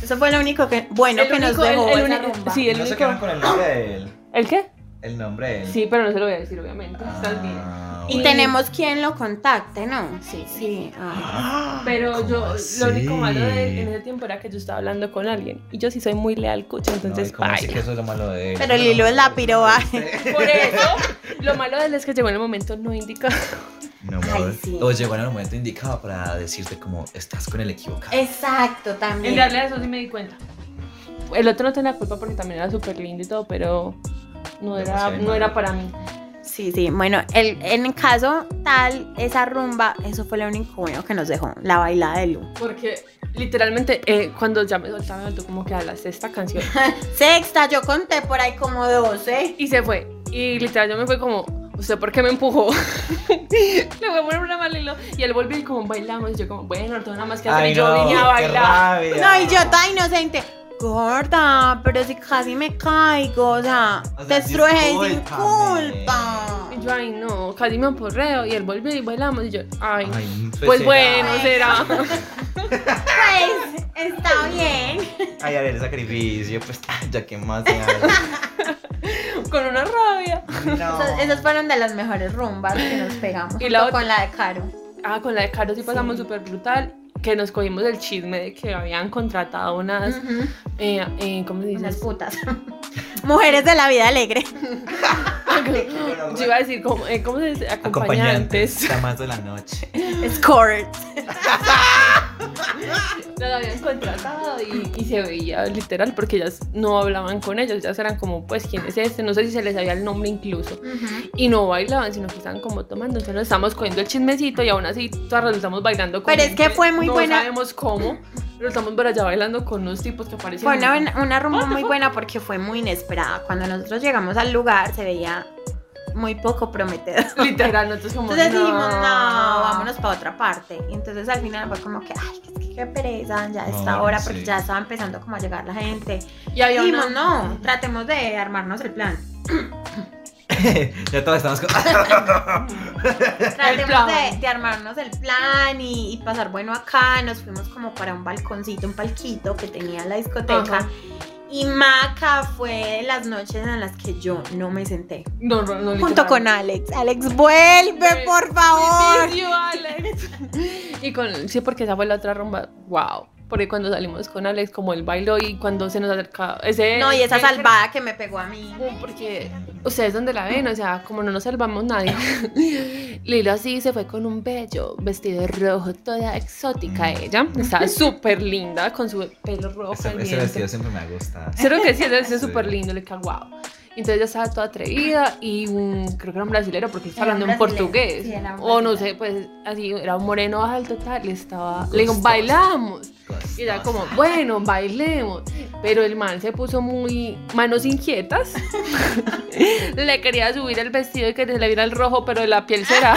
Speaker 2: Eso fue lo único que, bueno
Speaker 5: El
Speaker 2: que nos
Speaker 5: único- el-
Speaker 2: dejó
Speaker 5: el
Speaker 2: esa
Speaker 5: único-
Speaker 2: rumba.
Speaker 5: sí, el
Speaker 3: no se
Speaker 5: único-
Speaker 3: quedaron con el nombre de él.
Speaker 5: ¿El qué?
Speaker 3: El nombre de él.
Speaker 5: Sí, pero no se lo voy a decir, obviamente. Estás bien.
Speaker 3: Ah,
Speaker 2: Y
Speaker 3: bueno.
Speaker 2: tenemos quien lo contacte, ¿no?
Speaker 5: Sí.
Speaker 2: Sí. Ah. ay.
Speaker 5: Pero
Speaker 3: ¿Cómo
Speaker 5: yo,
Speaker 3: así?
Speaker 5: lo único malo de, en ese tiempo era que yo estaba hablando con alguien. Y yo sí soy muy leal, cucho, entonces,
Speaker 3: No, ¿y ¿Cómo así
Speaker 5: baila.
Speaker 3: que eso es lo malo de él?
Speaker 2: Pero Lilo es la piroba.
Speaker 5: Por eso, lo malo de él es que llegó en el momento no indicado.
Speaker 3: No,
Speaker 2: Ay,
Speaker 3: amor.
Speaker 2: sí.
Speaker 3: O llegó en el momento indicado para decirte como estás con el equivocado.
Speaker 2: Eh, Exacto,
Speaker 5: [laughs] En
Speaker 2: también.
Speaker 5: realidad eso sí me di cuenta. El otro no tenía la culpa porque también era súper lindo y todo, pero no era,
Speaker 3: Demasiado
Speaker 5: no era
Speaker 3: malo.
Speaker 5: para mí.
Speaker 2: Sí, sí, bueno, el, en el caso tal, esa rumba, eso fue lo único bueno que nos dejó, la bailada de Lu.
Speaker 5: Porque Literalmente, eh, cuando ya me soltaba, me soltó como que a la sexta canción.
Speaker 2: Sexta, yo conté por ahí como 12.
Speaker 5: Y se fue. Y literal, yo me fui como, ¿usted por qué me empujó? [laughs] Le voy a poner una mala y lo- Y él volvió y como bailamos. Y yo como, bueno, no tengo nada más que hacer.
Speaker 3: Ay,
Speaker 5: y yo
Speaker 3: no,
Speaker 5: vine a
Speaker 3: qué
Speaker 5: bailar.
Speaker 3: rabia.
Speaker 2: No, y yo tan inocente. Gorda, pero si casi me caigo, o sea,
Speaker 3: O sea,
Speaker 2: te estrujé sin
Speaker 3: discúlpame.
Speaker 2: culpa.
Speaker 5: Y yo, ay, no, casi me aporreo. Y él volvió y bailamos. Y yo, ay,
Speaker 3: Ay,
Speaker 5: pues
Speaker 3: será.
Speaker 5: bueno, será.
Speaker 2: Pues, está bien.
Speaker 3: Ay, a ver, el sacrificio, pues ya que más de [laughs] algo.
Speaker 5: [laughs] Con una rabia.
Speaker 2: Esas, esas fueron de las mejores rumbas que nos pegamos.
Speaker 5: Y la
Speaker 2: junto
Speaker 5: otra-
Speaker 2: con la de Caro.
Speaker 5: Ah, con la de Caro sí pasamos
Speaker 2: Sí.
Speaker 5: súper brutal. Que nos cogimos el chisme de que habían contratado unas.
Speaker 2: Ujú,
Speaker 5: Eh, eh, ¿Cómo se dice?
Speaker 2: Unas putas. [laughs] Mujeres de la vida alegre.
Speaker 5: [laughs] Yo iba a decir, como- eh, ¿cómo, se dice? Acompañantes.
Speaker 3: Está más de la noche. [laughs]
Speaker 2: Escorts.
Speaker 5: Las habían contratado y, y se veía literal porque ellas no hablaban con ellos. Ellas eran como, pues, ¿quién es este? No sé si se les sabía el nombre incluso.
Speaker 2: Ujú.
Speaker 5: Y no bailaban, sino que estaban como tomando. Entonces nos estábamos cogiendo el chismecito y aún así todas resultamos bailando con
Speaker 2: Pero es que fue muy
Speaker 5: no
Speaker 2: buena-
Speaker 5: sabemos cómo, pero estamos por allá bailando con unos tipos que
Speaker 2: Fue
Speaker 5: aparecieron.
Speaker 2: una, una rumba muy buena porque fue muy inesperada. Cuando nosotros llegamos al lugar se veía muy poco prometedor.
Speaker 5: Literal, nosotros como.
Speaker 2: Entonces dijimos,
Speaker 5: "No".
Speaker 2: no, vámonos para otra parte. Y entonces al final fue como que, ay, es que qué pereza, ya a esta
Speaker 3: No,
Speaker 2: hora,
Speaker 3: sí.
Speaker 2: porque ya estaba empezando como a llegar la gente.
Speaker 5: Y había
Speaker 2: Dijimos,
Speaker 5: una.
Speaker 2: no, tratemos de armarnos el
Speaker 5: [laughs]
Speaker 2: plan.
Speaker 3: ya todos estamos con.
Speaker 2: Tratemos
Speaker 5: plan.
Speaker 2: de, de armarnos el plan y, y pasar bueno acá. Nos fuimos como para un balconcito, un palquito que tenía la discoteca.
Speaker 5: Ajá.
Speaker 2: Y Maca fue de las noches en las que yo no me senté.
Speaker 5: No, no, no,
Speaker 2: Junto
Speaker 5: literal.
Speaker 2: con Alex. Alex, vuelve,
Speaker 5: Vuelve,
Speaker 2: por favor.
Speaker 5: Vicio, Alex. [laughs] y con sí porque esa fue la otra rumba wow porque cuando salimos con Alex como el bailo y cuando se nos acercaba ese
Speaker 2: No, y esa
Speaker 5: ese-
Speaker 2: salvada que me pegó a mí.
Speaker 5: porque ustedes donde la ven o sea como no nos salvamos nadie [laughs] Lilo así se fue con un bello vestido rojo toda exótica
Speaker 3: Mm.
Speaker 5: ella
Speaker 2: [laughs]
Speaker 5: estaba súper linda con su pelo rojo
Speaker 3: Ese,
Speaker 5: al
Speaker 3: ese
Speaker 5: viento.
Speaker 3: vestido siempre me ha gustado. [laughs]
Speaker 5: Creo que sí, es
Speaker 3: Sí.
Speaker 5: súper lindo, le cago wow. Entonces ya estaba toda atrevida y un- creo que era un brasilero porque estaba
Speaker 2: Era un
Speaker 5: hablando en
Speaker 2: brasilero,
Speaker 5: portugués.
Speaker 2: sí, era un
Speaker 5: o no
Speaker 2: brasilero.
Speaker 5: sé, pues así, era un moreno alto tal, le estaba... Le digo,
Speaker 3: Gustoso.
Speaker 5: bailamos.
Speaker 3: Cosas.
Speaker 5: Y
Speaker 2: Ah,
Speaker 5: era como, bueno, bailemos. Pero el man se puso muy
Speaker 2: [laughs]
Speaker 5: manos inquietas. le quería subir el vestido y que se le viera el rojo, pero la
Speaker 2: [laughs]
Speaker 5: piel será.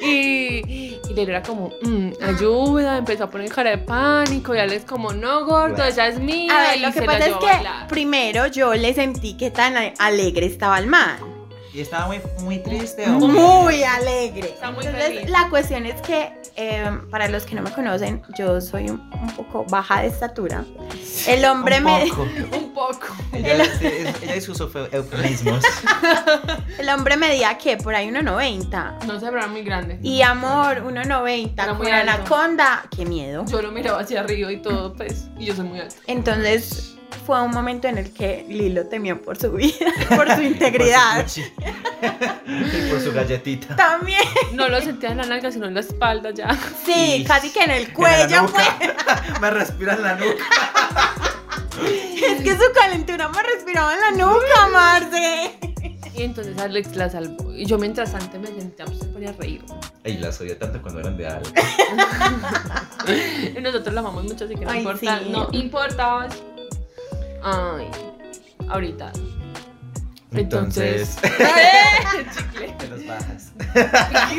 Speaker 5: Y, y le era como, "Mm, ayuda, empezó a poner cara de pánico y Alex como, no, gordo, ella es mía.
Speaker 2: A ver, lo
Speaker 5: y
Speaker 2: que
Speaker 5: se la
Speaker 2: pasa es
Speaker 5: llevó a
Speaker 2: que
Speaker 5: bailar.
Speaker 2: primero yo le sentí que tan a- alegre estaba el man.
Speaker 3: Y estaba muy, muy triste. ¿o?
Speaker 2: Muy alegre.
Speaker 5: Está muy
Speaker 2: Entonces,
Speaker 5: feliz.
Speaker 2: la cuestión es que, eh, para los que no me conocen, yo soy un, un poco baja de estatura. El hombre
Speaker 3: Un
Speaker 2: me,
Speaker 3: poco.
Speaker 5: Un poco.
Speaker 3: Ella, es- ella es sus euf- eufemismos.
Speaker 2: [laughs] el hombre medía que por ahí 1.90.
Speaker 5: No se verá muy grande.
Speaker 2: Y amor, 1.90
Speaker 5: Era muy
Speaker 2: con
Speaker 5: alto.
Speaker 2: anaconda, qué miedo.
Speaker 5: Yo lo miraba hacia arriba y todo, pues, y yo soy muy alta.
Speaker 2: Entonces fue un momento en el que Lilo temió por su vida, [laughs] por su integridad.
Speaker 3: Por su cuchi. y por su galletita.
Speaker 2: También,
Speaker 5: No lo sentía en la nalga, sino en la espalda ya.
Speaker 2: sí,
Speaker 3: Y-
Speaker 2: casi que en el
Speaker 3: En la
Speaker 2: cuello
Speaker 3: nuca.
Speaker 2: fue.
Speaker 3: [laughs] Me respiras la nuca.
Speaker 2: pues, Es que su calentura me respiraba en la nuca, Marce.
Speaker 5: Y entonces Alex la salvó. Y yo mientras tanto me sentía, pues, se ponía a reír.
Speaker 3: Y las odio tanto cuando eran de algo.
Speaker 5: Y nosotros la amamos mucho, así que no
Speaker 2: Ay,
Speaker 5: importa.
Speaker 2: sí.
Speaker 5: No importa. Ay, ahorita.
Speaker 3: Entonces,
Speaker 2: [laughs]
Speaker 5: ¡Eh! Chicle.
Speaker 3: te los bajas.
Speaker 5: [laughs]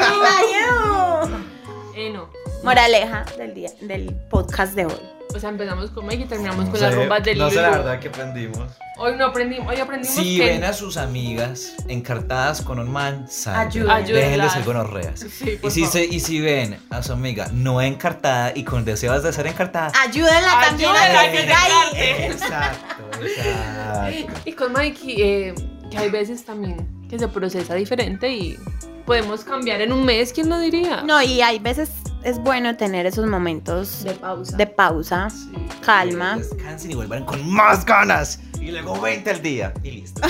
Speaker 5: Eh, no.
Speaker 2: Moraleja del día, del podcast de hoy.
Speaker 5: O sea, empezamos con Meg y terminamos
Speaker 3: No
Speaker 5: con
Speaker 3: sé,
Speaker 5: las ropas del
Speaker 3: No sé la
Speaker 5: libro.
Speaker 3: verdad que aprendimos.
Speaker 5: Hoy no aprendimos, hoy aprendimos
Speaker 3: Si
Speaker 5: que
Speaker 3: ven a sus amigas encartadas con un man, salven.
Speaker 2: Ayúdenlas.
Speaker 3: Déjenles algunos reas.
Speaker 5: Sí, por
Speaker 3: Y si,
Speaker 5: favor.
Speaker 3: se, y si ven a su amiga no encartada y con deseos de ser encartada.
Speaker 5: Ah,
Speaker 2: Ayúdenla también
Speaker 5: Ayúdenla,
Speaker 2: a que
Speaker 5: que
Speaker 2: siga ahí.
Speaker 3: [laughs] Exacto, exacto.
Speaker 5: Y con Mikey, eh, que hay veces también que se procesa diferente y podemos cambiar en un mes, ¿quién lo diría?
Speaker 2: No, y hay veces es bueno tener esos momentos
Speaker 5: de pausa.
Speaker 2: de pausa.
Speaker 3: Sí.
Speaker 2: Calma.
Speaker 3: Descansen y vuelvan con más ganas. Y luego 20 al día. Y [laughs] listo.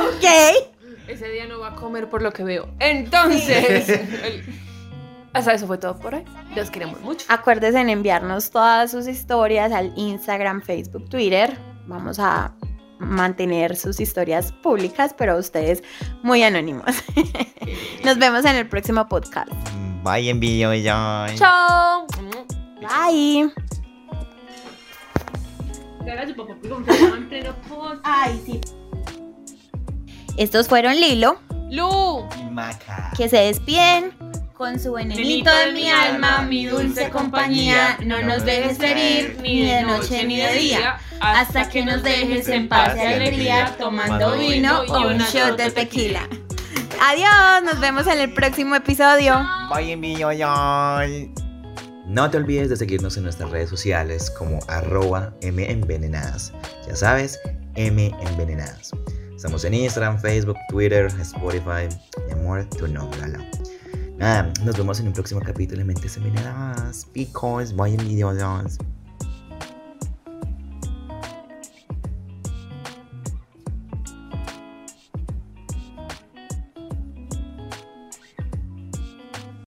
Speaker 2: Ok.
Speaker 5: Ese día no va a comer por lo que veo. Entonces, [laughs] el- hasta eso fue todo por hoy. Los queremos mucho.
Speaker 2: Acuérdense en enviarnos todas sus historias al Instagram, Facebook, Twitter. Vamos a mantener sus historias [laughs] públicas, pero ustedes muy anónimos. Nos vemos en el próximo podcast.
Speaker 3: Mm,
Speaker 4: Bye, envío ya.
Speaker 1: Chao.
Speaker 2: Bye.
Speaker 5: Ganas de papá, pero me en pleno podcast.
Speaker 2: Ay, sí. Estos fueron Lilo,
Speaker 5: Lu,
Speaker 4: Y Maca.
Speaker 2: que se despiden con su venenito de mi alma, mi dulce compañía. No nos dejes herir, ni de noche ni de día. Hasta que nos dejes en paz y alegría, tomando vino o un shot de tequila. Adiós, nos vemos en el próximo episodio.
Speaker 4: Bye, envío ya.
Speaker 3: No te olvides de seguirnos en nuestras redes sociales como arroba menvenenadas. Ya sabes, menvenenadas. Estamos en Instagram, Facebook, Twitter, Spotify y amor, tu nombre. Nada, nos vemos en un próximo capítulo de Mentes Envenenadas.
Speaker 4: Because bye, envío ya.